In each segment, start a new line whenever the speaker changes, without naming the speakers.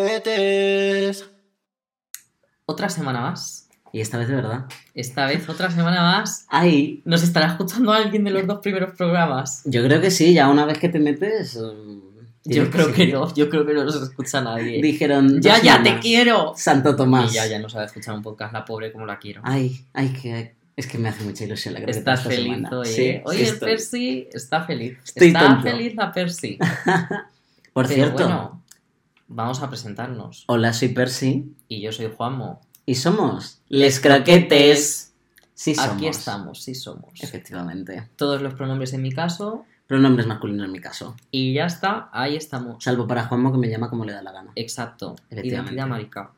croquetes.
Otra semana más.
Y esta vez de verdad.
Esta vez, otra semana más.
Ay,
Nos estará escuchando alguien de los dos primeros programas.
yo creo que sí, ya una vez que te metes. mm,
Yo
tienes
creo que
seguir.
no, yo creo que no nos escucha nadie.
Dijeron.
¡Ya,
dos
ya, te
nanas.
quiero!
Santo Tomás.
Y ya, ya no sabe escuchar un podcast, la pobre, como la quiero.
Ay, ay, que. Es que me hace mucha ilusión la Ah, que
Estás feliz hoy, ¿eh? Oye, el Percy está feliz.
Estoy
está
tonto.
feliz la Percy.
Por
Pero
cierto,
bueno, vamos a presentarnos.
hola, soy Percy.
Y yo soy Juanmo.
Y somos. Les Croquetes. Sí, somos.
Aquí estamos, sí somos.
Efectivamente.
Todos los pronombres en mi caso.
Pronombres masculinos en mi caso.
Y ya está, ahí estamos.
Salvo para Juanmo que me llama como le da la gana.
Exacto,
Efectivamente.
identidad marica.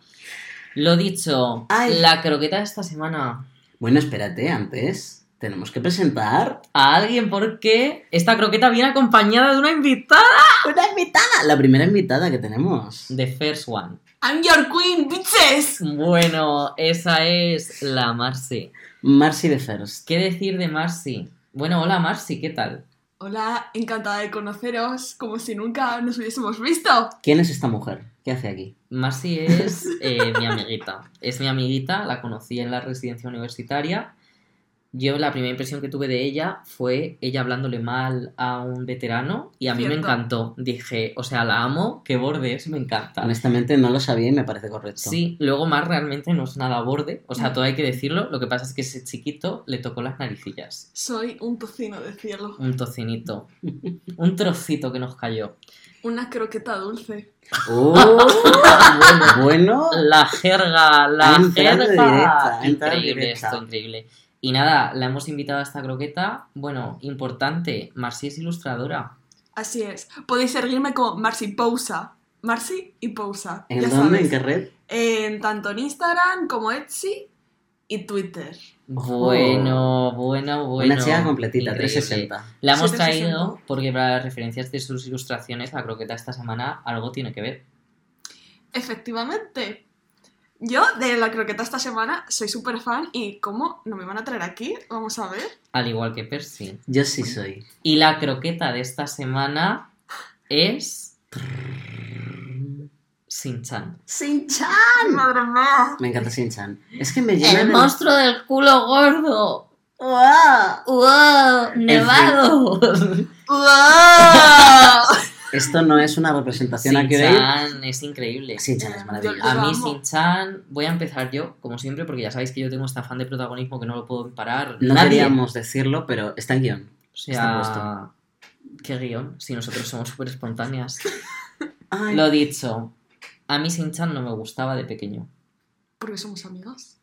Lo dicho,
Ay.
la croqueta de esta semana
Bueno, espérate, antes. Tenemos que presentar
a alguien porque esta croqueta viene acompañada de una invitada.
Una invitada, la primera invitada que tenemos.
The first one.
I'm your queen, bitches.
Bueno, esa es la Marcy.
Marcy de First.
¿Qué decir de Marcy? Bueno, hola Marcy, ¿qué tal?
Hola, encantada de conoceros, como si nunca nos hubiésemos visto.
¿Quién es esta mujer? ¿Qué hace aquí?
Marcy es eh, mi amiguita. Es mi amiguita, la conocí en la residencia universitaria. Yo la primera impresión que tuve de ella fue ella hablándole mal a un veterano y a mí me
Cierto.
encantó. Dije, o sea, la amo, qué bordes, me encanta.
Honestamente no lo sabía y me parece correcto.
Sí, luego más realmente no es nada borde, o sea, todo hay que decirlo. Lo que pasa es que ese chiquito le tocó las naricillas.
Soy un tocino de cielo,
Un tocinito. Un trocito que nos cayó.
una croqueta dulce.
Oh, bueno, bueno.
La jerga, la
Ha entrado
jerga.
directa, ha entrado
increíble
directa.
esto, increíble. Y nada, la hemos invitado a esta croqueta. Bueno, importante, Marcy es ilustradora.
Así es. Podéis seguirme como Marcy Pousa. Marcy y Pousa.
¿En
ya
dónde?
sabes.
¿En qué red?
En tanto en Instagram como Etsy y Twitter.
Bueno, bueno, bueno.
Una chica completita,
increíble.
360.
La hemos
760.
traído porque para las referencias de sus ilustraciones, la croqueta esta semana algo tiene que ver.
Efectivamente. Yo de la croqueta esta semana soy súper fan y ¿cómo no me van a traer aquí? Vamos a ver.
Al igual que Percy.
Yo sí soy.
Y la croqueta de esta semana es. Sinchan.
Sinchan.
¡Madre mía!
Me encanta Sinchan. Es que me llena
¡El
de-
monstruo del culo gordo!
¡Guau!
¡Wow! ¡Nevado!
¡Wow!
Esto no es una representación a que ver.
Sinchan es increíble.
Sinchan es maravilloso.
A
Lo
mí
amo.
Sinchan, voy a empezar yo, como siempre, porque ya sabéis que yo tengo este afán de protagonismo que no lo puedo parar.
No este
Nadie.
queríamos decirlo, pero está en guión.
O sea, qué guión, si nosotros somos súper espontáneas.
Ay,
Lo dicho, a mí Sinchan no me gustaba de pequeño.
Porque somos amigos.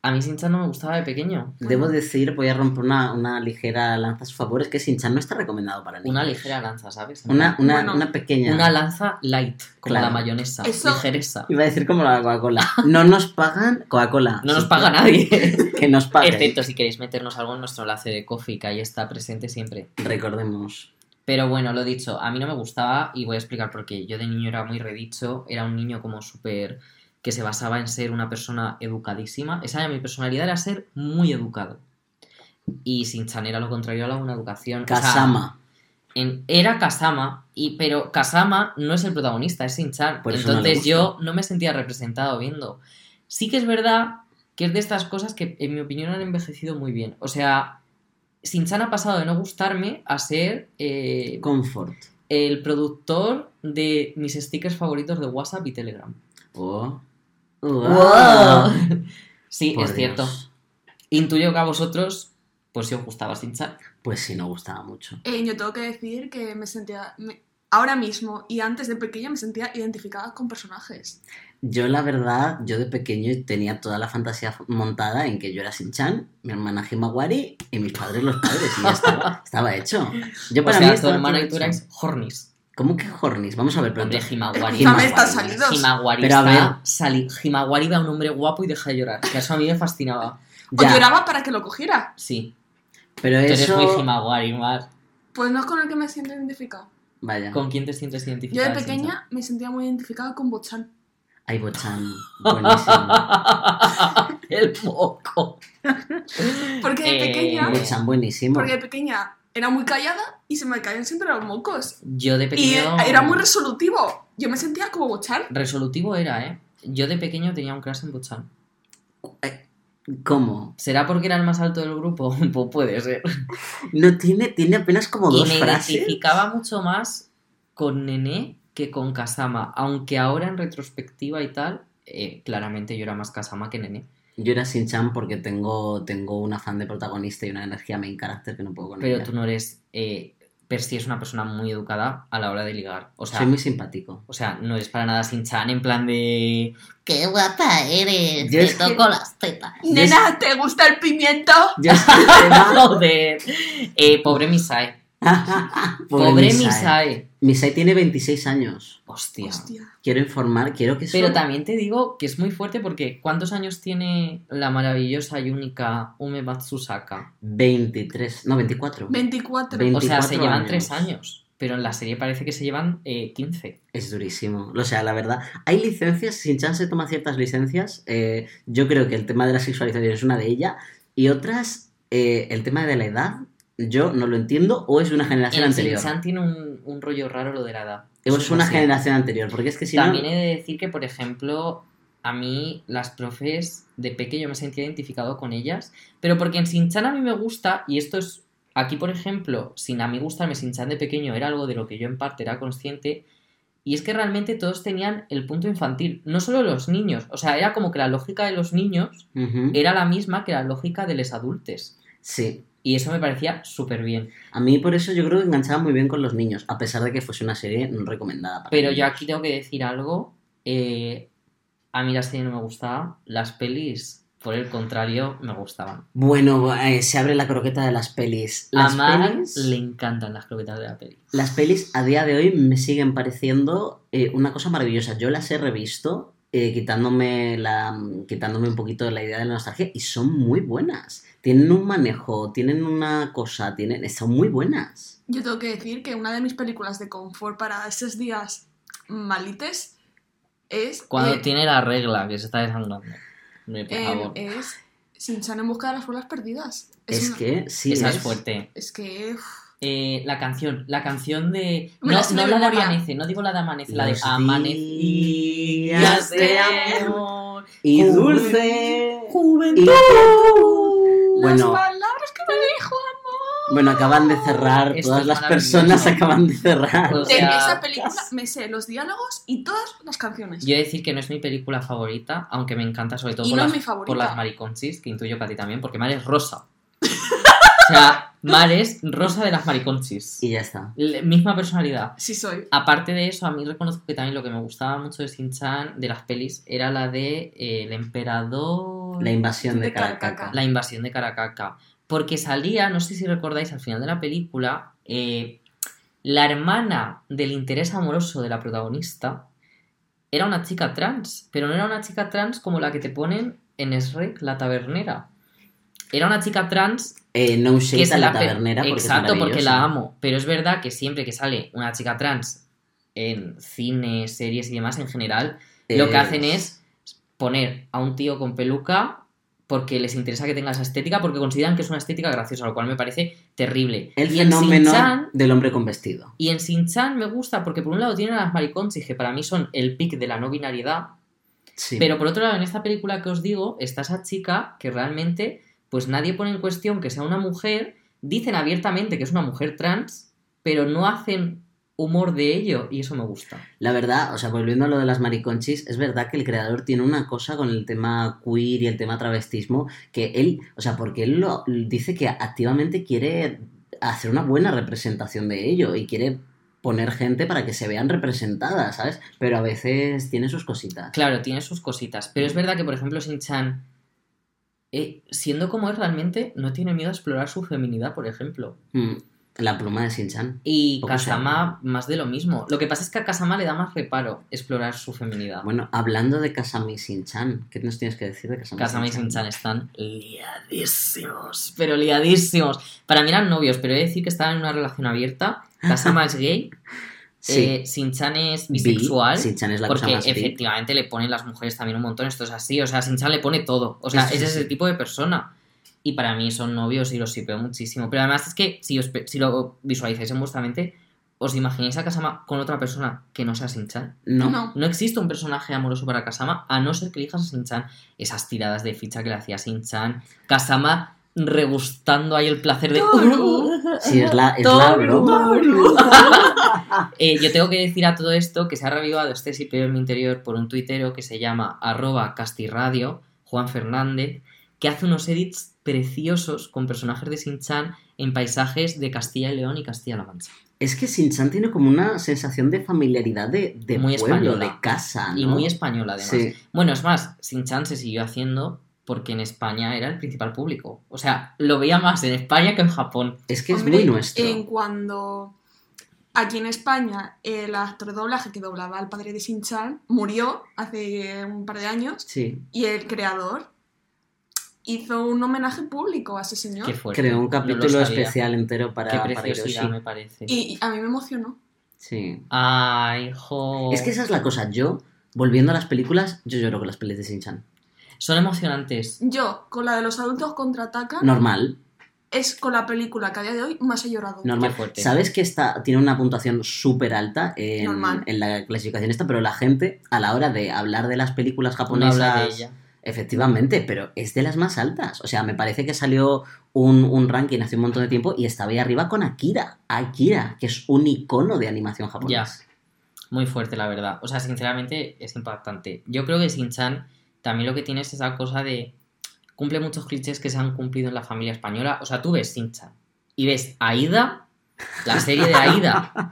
A mí Sinchan no me gustaba de pequeño.
Debo decir, voy a romper una, una ligera lanza a su favor, es que Sinchan no está recomendado para niños.
Una ligera lanza, ¿sabes?
Una, una,
Bueno.
una pequeña.
Una lanza light, como
Claro.
la mayonesa,
Eso-
ligereza.
Iba a decir como la Coca-Cola. No nos pagan Coca-Cola.
No nos
Sí,
paga nadie.
Que nos paguen.
Excepto si queréis meternos algo en nuestro enlace de coffee, que ahí está presente siempre.
Recordemos.
Pero bueno, lo dicho, a mí no me gustaba y voy a explicar por qué. Yo de niño era muy redicho, era un niño como súper que se basaba en ser una persona educadísima. Esa era mi personalidad, era ser muy educado. Y Sinchan era lo contrario a la buena educación. O sea,
Kasama.
en- era Kasama, y, pero Kasama no es el protagonista, es Sinchan.
Por eso no le
Entonces
gusta.
yo no me sentía representado viendo. Sí que es verdad que es de estas cosas que, en mi opinión, han envejecido muy bien. O sea, Sinchan ha pasado de no gustarme a ser eh,
Comfort.
el productor de mis stickers favoritos de WhatsApp y Telegram.
Oh.
sí,
Por
es cierto.
Dios.
Intuyo que a vosotros, pues si os gustaba Sinchan.
Pues sí, no gustaba mucho.
Eh, yo tengo que decir que me sentía... me- ahora mismo y antes de pequeña me sentía identificada con personajes.
Yo, la verdad, yo de pequeño tenía toda la fantasía f- montada en que yo era Sinchan, mi hermana Himawari y mis padres los padres. Y ya estaba, estaba hecho. Yo
O
para mí
sea, tu
estaba
hermana
todo
y tú
hecho.
erais hornis.
¿Cómo que Hornis? Vamos a ver, pero
Hombre, Himawari.
Escúchame,
Himawari.
están salidos.
Himawari
Pero a
está
ver.
sali- Himawari ve a un hombre guapo y deja de llorar. Que eso a mí me fascinaba.
O
Ya,
lloraba para que lo cogiera.
Sí.
pero
Tú eres muy
eso...
Himawari, Mar.
Pues no es con el que me siento identificada.
Vaya.
¿Con quién te sientes
Yo
identificada?
de pequeña me sentía muy identificada con Bochan.
Ay, Bochan. Buenísimo.
Sansa? El moco.
Porque de
Eh,
pequeña...
Bochan, buenísimo.
Porque de pequeña era muy callada y se me caían siempre los mocos.
Yo de
Y
pequeño.
era muy resolutivo. Yo me sentía como Bochan.
Resolutivo era, ¿eh? Yo de pequeño tenía un crush en Buchan.
Eh, ¿Cómo?
¿Será porque era el más alto del grupo? pues puede ser.
No tiene, tiene apenas como
Y
dos
me
frases.
identificaba mucho más con Nené que con Kasama. Aunque ahora en retrospectiva y tal, eh, claramente yo era más Kasama que Nené.
Yo era sin chan porque tengo, tengo un afán de protagonista y una energía main character que no puedo con
Pero
ella.
tú no eres. Eh, Percy es una persona muy educada a la hora de ligar. O sea,
Soy muy simpático.
o sea no es para nada sin chan en plan de.
¡Qué guapa eres!
Yo
Te
es que-
toco las tetas.
Nena, ¿te gusta el pimiento?
Yo soy el tema-
Joder. Eh, pobre Misai. Pobre, Misai.
Misai tiene 26 años.
Hostia.
Hostia.
Quiero informar, quiero que eso-
Pero también te digo que es muy fuerte porque ¿cuántos años tiene la maravillosa y única Ume Matsusaka?
23, no, 24.
24.
Vein-
O sea, se
24
llevan
años.
tres años, pero en la serie parece que se llevan eh, 15.
Es durísimo. O sea, la verdad, hay licencias, sin chance se toma ciertas licencias. eh, yo creo que el tema de la sexualización es una de ellas. Y otras, eh, el tema de la edad, yo no lo entiendo o es de una generación
En
anterior.
Shin-chan tiene un, un rollo raro lo de la edad.
Es una
Sí.
generación anterior, porque es que si
También ¿eh?
no...
he de decir que, por ejemplo, a mí las profes de pequeño me sentía identificado con ellas, pero porque en Sinchan a mí me gusta, y esto es, aquí por ejemplo, sin a mí gustarme Sinchan de pequeño era algo de lo que yo en parte era consciente, y es que realmente todos tenían el punto infantil, no solo los niños, o sea, era como que la lógica de los niños
Ujú.
era la misma que la lógica de los adultos,
Sí,
y eso me parecía súper bien.
a mí por eso yo creo que enganchaba muy bien con los niños, a pesar de que fuese una serie no recomendada. para
Pero
ellos.
yo aquí tengo que decir algo. eh, a mí la serie no me gustaba. Las pelis, por el contrario, me gustaban.
Bueno, eh, se abre la croqueta de las pelis. Las
a Mar
pelis...
le encantan las croquetas de la peli.
Las pelis a día de hoy me siguen pareciendo eh, una cosa maravillosa. Yo las he revisto, eh, quitándome, la, quitándome un poquito de la idea de la nostalgia, y son muy buenas. Tienen un manejo, tienen una cosa, tienen, son muy buenas.
Yo tengo que decir que una de mis películas de confort para esos días malites es.
Cuando
eh,
tiene la regla que se está desangrando. Hombre, por
em,
favor.
es Sinchan en busca de las bolas perdidas.
Es,
una-
que sí.
Esa es fuerte.
Es que. uf,
Eh, la canción, la canción de.
Me
No,
la sé
no
de
la de
memoria.
amanece, no digo la de amanece, la de
Los
amanece.
días de amor y
Juventud.
dulce.
Juventud.
y-
Las
Bueno,
palabras que me dijo amor.
bueno, acaban de cerrar,
Esto
todas
es
las
maravilloso. Pues
personas acaban de cerrar.
O
De
sea,
esa película me sé los diálogos y todas las canciones.
Yo he de decir que no es mi película favorita, aunque me encanta sobre todo
Y
por,
no es
las,
mi favorita.
por las mariconchis, que intuyo que a ti también, porque Mar es rosa. o sea, Mar es rosa de las mariconchis.
Y ya está.
Le- misma personalidad.
Sí, soy.
Aparte de eso, a mí reconozco que también lo que me gustaba mucho de Shin-Chan, de las pelis, era la de eh, El Emperador...
La invasión de
De Caracaca.
Caracaca.
La invasión de Caracaca. Porque salía, no sé si recordáis, al final de la película, eh, la hermana del interés amoroso de la protagonista era una chica trans, pero no era una chica trans como la que te ponen en Shrek, la tabernera. Era una chica trans
Eh, no shade a la
pe-
tabernera porque
Exacto,
es
porque la
maravillosa.
amo. Pero es verdad que siempre que sale una chica trans en cine, series y demás en general, lo que
Eh,
hacen es poner a un tío con peluca porque les interesa que tenga esa estética, porque consideran que es una estética graciosa, lo cual me parece terrible.
El
y en
fenómeno
Shin-Chan-
del hombre con vestido.
y en Sinchan me gusta porque por un lado tienen a las mariconchis, que para mí son el pic de la no binariedad,
Sí.
pero por otro lado, en esta película que os digo, está esa chica que realmente, pues nadie pone en cuestión que sea una mujer, dicen abiertamente que es una mujer trans, pero no hacen humor de ello y eso me gusta.
La verdad, o sea, volviendo a lo de las mariconchis, es verdad que el creador tiene una cosa con el tema queer y el tema travestismo, que él, o sea, porque él lo, dice que activamente quiere hacer una buena representación de ello y quiere poner gente para que se vean representadas, ¿sabes? Pero a veces tiene sus cositas.
Claro, tiene sus cositas, pero es verdad que, por ejemplo, Shin-Chan, eh, siendo como es realmente, no tiene miedo a explorar su feminidad, por ejemplo.
Mm, La pluma de Sinchan.
Y
Poco se
Kasama, más de lo mismo. Lo que pasa es que a Kasama le da más reparo explorar su feminidad.
Bueno, hablando de Kasami Sinchan, ¿qué nos tienes que decir de Kasami
Kazama y Shin-chan
Shin-chan?
están liadísimos, pero liadísimos. Para mí eran novios, pero he de decir que estaban en una relación abierta. Kazama es gay,
Sí.
eh, Shin-chan es
Bi,
bisexual,
Shin-chan es la cosa
porque
más bi.
efectivamente le ponen las mujeres también un montón, esto es así, o sea, Shin-chan le pone todo, o sea,
Sí,
es
sí,
ese
sí.
tipo de persona. Y para mí son novios y los sirveo muchísimo. Pero además es que si, os pe- si lo visualizáis en vuestra mente, ¿os imagináis a Kasama con otra persona que no sea Shin-chan?
No.
No.
No existe un personaje amoroso para Kasama a no ser que elijas a Shin-chan. Esas tiradas de ficha que le hacía Shin-chan. Kasama regustando ahí el placer de...
Toru.
Sí, es la, es la
Toru.
broma.
Eh, yo tengo que decir a todo esto que se ha revivado este sitio en mi interior por un tuitero que se llama arroba castirradio, Juan Fernández, que hace unos edits preciosos con personajes de Shin-Chan en paisajes de Castilla y León y Castilla-La Mancha.
Es que Shin-Chan tiene como una sensación de familiaridad de, de
Muy
pueblo,
española.
de casa, Ah, ¿no?
Y muy española, además.
Sí.
Bueno, es más, Shin-Chan se siguió haciendo porque en España era el principal público. O sea, lo veía más en España que en Japón.
Es que
Hombre,
es muy nuestro.
En cuando aquí en España el actor de doblaje que doblaba al padre de Shin-Chan murió hace un par de años
Sí.
y el creador hizo un homenaje público a ese señor.
Qué fuerte.
Creó un
Pues No lo
capítulo
sabía.
especial entero para,
Qué
para
preciosidad,
Hiroshi.
me parece.
Y y a mí me emocionó.
Sí.
Ay, jo.
Es que esa es la cosa. Yo, volviendo a las películas, yo lloro con las pelis de Shin-Chan.
Son emocionantes.
Yo, con la de los adultos contraatacan,
Normal,
es con la película que a día de hoy más he llorado.
normal.
Qué fuerte.
Sabes que esta tiene una puntuación súper alta en,
Normal.
en la clasificación esta, pero la gente, a la hora de hablar de las películas
No
japonesas...
habla de ella.
Efectivamente, pero es de las más altas. O sea, me parece que salió un, un ranking hace un montón de tiempo y estaba ahí arriba con Akira. Akira, que es un icono de animación japonesa.
Muy fuerte, la verdad. O sea, sinceramente es impactante. Yo creo que Shin-Chan también lo que tiene es esa cosa de. Cumple muchos clichés que se han cumplido en la familia española. O sea, tú ves Shin-Chan y ves Aida, la serie de Aida.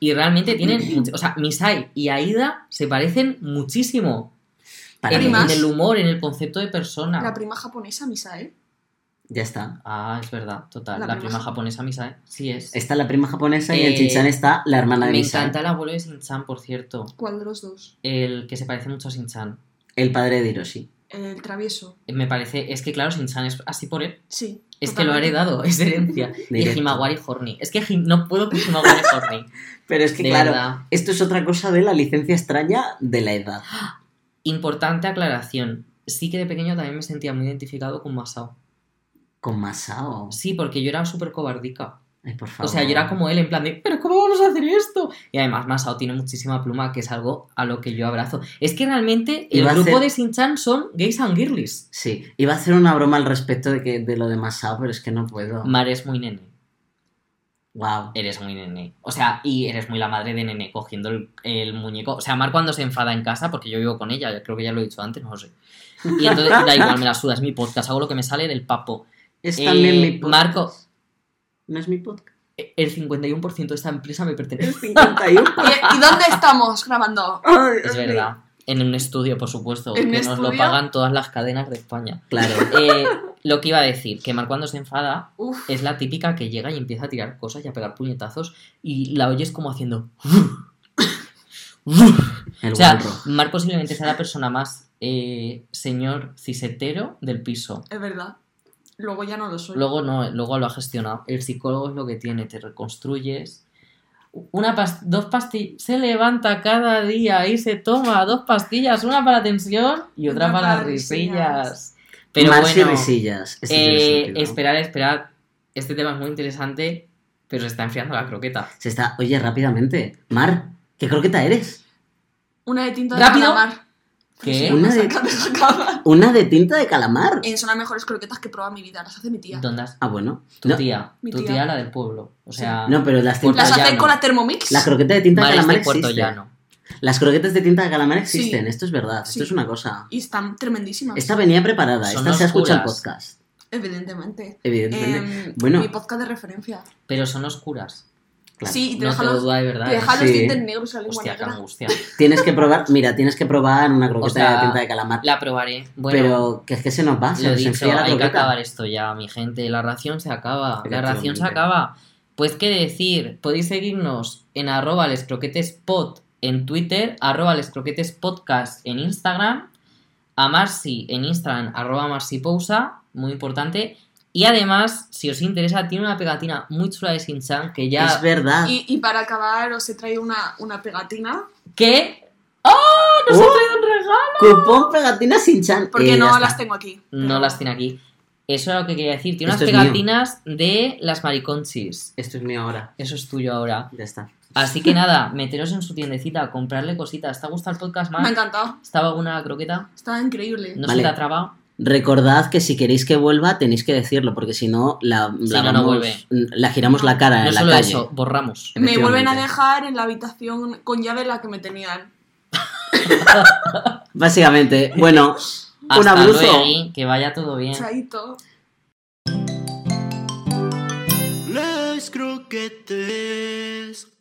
Y realmente tienen. mucho- O sea, Misai y Aida se parecen muchísimo.
Para
en,
mí,
Prima.
en el humor, en el concepto de persona.
La prima japonesa, Misael.
ya está.
Ah, es verdad, total. La,
La
prima
prima.
japonesa Misai. Sí es.
Está la prima japonesa y en
Eh,
Chinchan está la hermana de
Me
Misai,
encanta el abuelo de Shin-Chan, por cierto.
¿Cuál de los dos?
El que se parece mucho a Shin-Chan.
el padre de Hiroshi.
El travieso.
Me parece, es que claro, Shin-Chan es así por él.
Sí.
Es que lo ha
totalmente.
heredado, es herencia.
Directo.
Y Himawari Horny. Es que Him- no puedo con Himawari Horny.
Pero es que,
De
claro,
verdad.
esto es otra cosa de la licencia extraña de la edad.
Importante aclaración. Sí que de pequeño también me sentía muy identificado con Masao.
Con Masao.
Sí, porque yo era súper cobardica.
Ay, por favor.
O sea, yo era como él, en plan de, ¿pero cómo vamos a hacer esto? Y además Masao tiene muchísima pluma, que es algo a lo que yo abrazo. Es que realmente el
Iba a
grupo
hacer-
de Shin-Chan son gays and girlies.
Sí, iba a hacer una broma al respecto de, que, de lo de Masao, pero es que no puedo.
Mar es muy nene.
wow.
Eres muy nene. O sea, y eres muy la madre de nene cogiendo el, el muñeco. O sea, Mar cuando se enfada en casa, porque yo vivo con ella, yo creo que ya lo he dicho antes, no lo sé. Y entonces da igual, me la suda, es mi podcast, hago lo que me sale del papo.
Es
Eh,
también mi podcast.
Marco-
No es mi podcast.
E- El 51% de esta empresa me pertenece.
El 51.
¿Y, y dónde estamos grabando?
Es verdad. En un estudio, por supuesto, que
En un
nos lo
estudio.
pagan todas las cadenas de España.
Claro.
Eh, lo que iba a decir, que Mar cuando se enfada
Uf.
es la típica que llega y empieza a tirar cosas y a pegar puñetazos y la oyes como haciendo...
El
O sea,
guarro.
Mar posiblemente sea la persona más eh, señor cisetero del piso.
Es verdad. Luego ya no lo soy.
Luego no, luego lo ha gestionado. El psicólogo es lo que tiene, te reconstruyes. Una pas- dos pastillas. Se levanta cada día y se toma dos pastillas, una para la tensión y otra
Una
para las
para
risillas. Pero
Más y
bueno,
risillas. Este
eh,
tiene sentido.
esperad, esperad. Este tema es muy interesante, pero se está enfriando la croqueta.
Se está. Oye, rápidamente. Mar, ¿qué croqueta eres?
Una de tinta de
¿Rápido?
calamar.
¿Qué?
Sí,
Una
me
de-
saca de la cama.
Una de tinta de calamar.
Eh, son las mejores croquetas que he probado en mi vida. Las hace mi tía.
¿Dónde has-
Ah, bueno.
Tu
No,
tía,
Mi
tu tía.
tía.
la del pueblo. O
Sí.
sea,
no, pero las
Puerto
Las
tintas.
Llano.
hace con la Thermomix.
La croqueta de tinta de
mares
calamar
de Puerto
existe.
Llano.
Las croquetas de tinta de calamar existen,
Sí.
esto es verdad, esto
Sí.
es una cosa.
Y están tremendísimas.
Esta venía preparada,
Son
esta se
oscuras.
escucha el podcast,
Evidentemente.
evidentemente.
Em,
bueno.
Mi podcast de referencia.
Pero son oscuras.
Claro.
Sí, y te
no
deja
tengo
los,
duda de
te
verdad. ¿eh?
deja los
Sí.
dientes negros y la lengua
Hostia, qué
negra.
angustia.
Tienes que probar, mira, tienes que probar una croqueta
O sea,
de tinta de calamar,
La probaré. Bueno,
pero que es que se nos va, se
lo he
nos
dicho,
enfría la
hay que acabar
croqueta.
esto ya, mi gente. La ración se acaba. La
Efectivamente.
ración se acaba. Pues qué decir, podéis seguirnos en arroba lescroquetespod en Twitter, arroba lescroquetespodcast en Instagram, a Marci en Instagram, arroba marcipousa, muy importante. Y además, si os interesa, tiene una pegatina muy chula de Sinchan que ya...
Es verdad.
Y, y para acabar, os he traído una, una pegatina.
¿Qué? ¡Ah! ¡Nos ha
¡Oh!
traído un regalo!
Cupón pegatina sin chan.
Porque
Eh,
no
ya está.
las tengo aquí.
No
pero-
las tiene aquí. Eso era lo que quería decir. Tiene unas
Esto Este es mío.
pegatinas de las mariconchis.
Esto es mío ahora.
Eso es tuyo ahora.
Ya está.
Así que nada, meteros en su tiendecita, comprarle cositas. ¿Te ha gustado el podcast
Me ha
más?
encantado.
¿Estaba alguna croqueta?
Está increíble.
¿No
Vale.
se te ha trabado?
Recordad que si queréis que vuelva tenéis que decirlo, porque si no la,
Si
la
no, no
vamos-
vuelve.
la giramos la cara
No
en la
solo
calle.
eso, borramos.
Me vuelven a
Efectivamente.
dejar en la habitación con llave en la que me tenían.
Básicamente, bueno, un
Hasta
abuso.
luego, que vaya todo bien.
Chaito.
Les croquettes.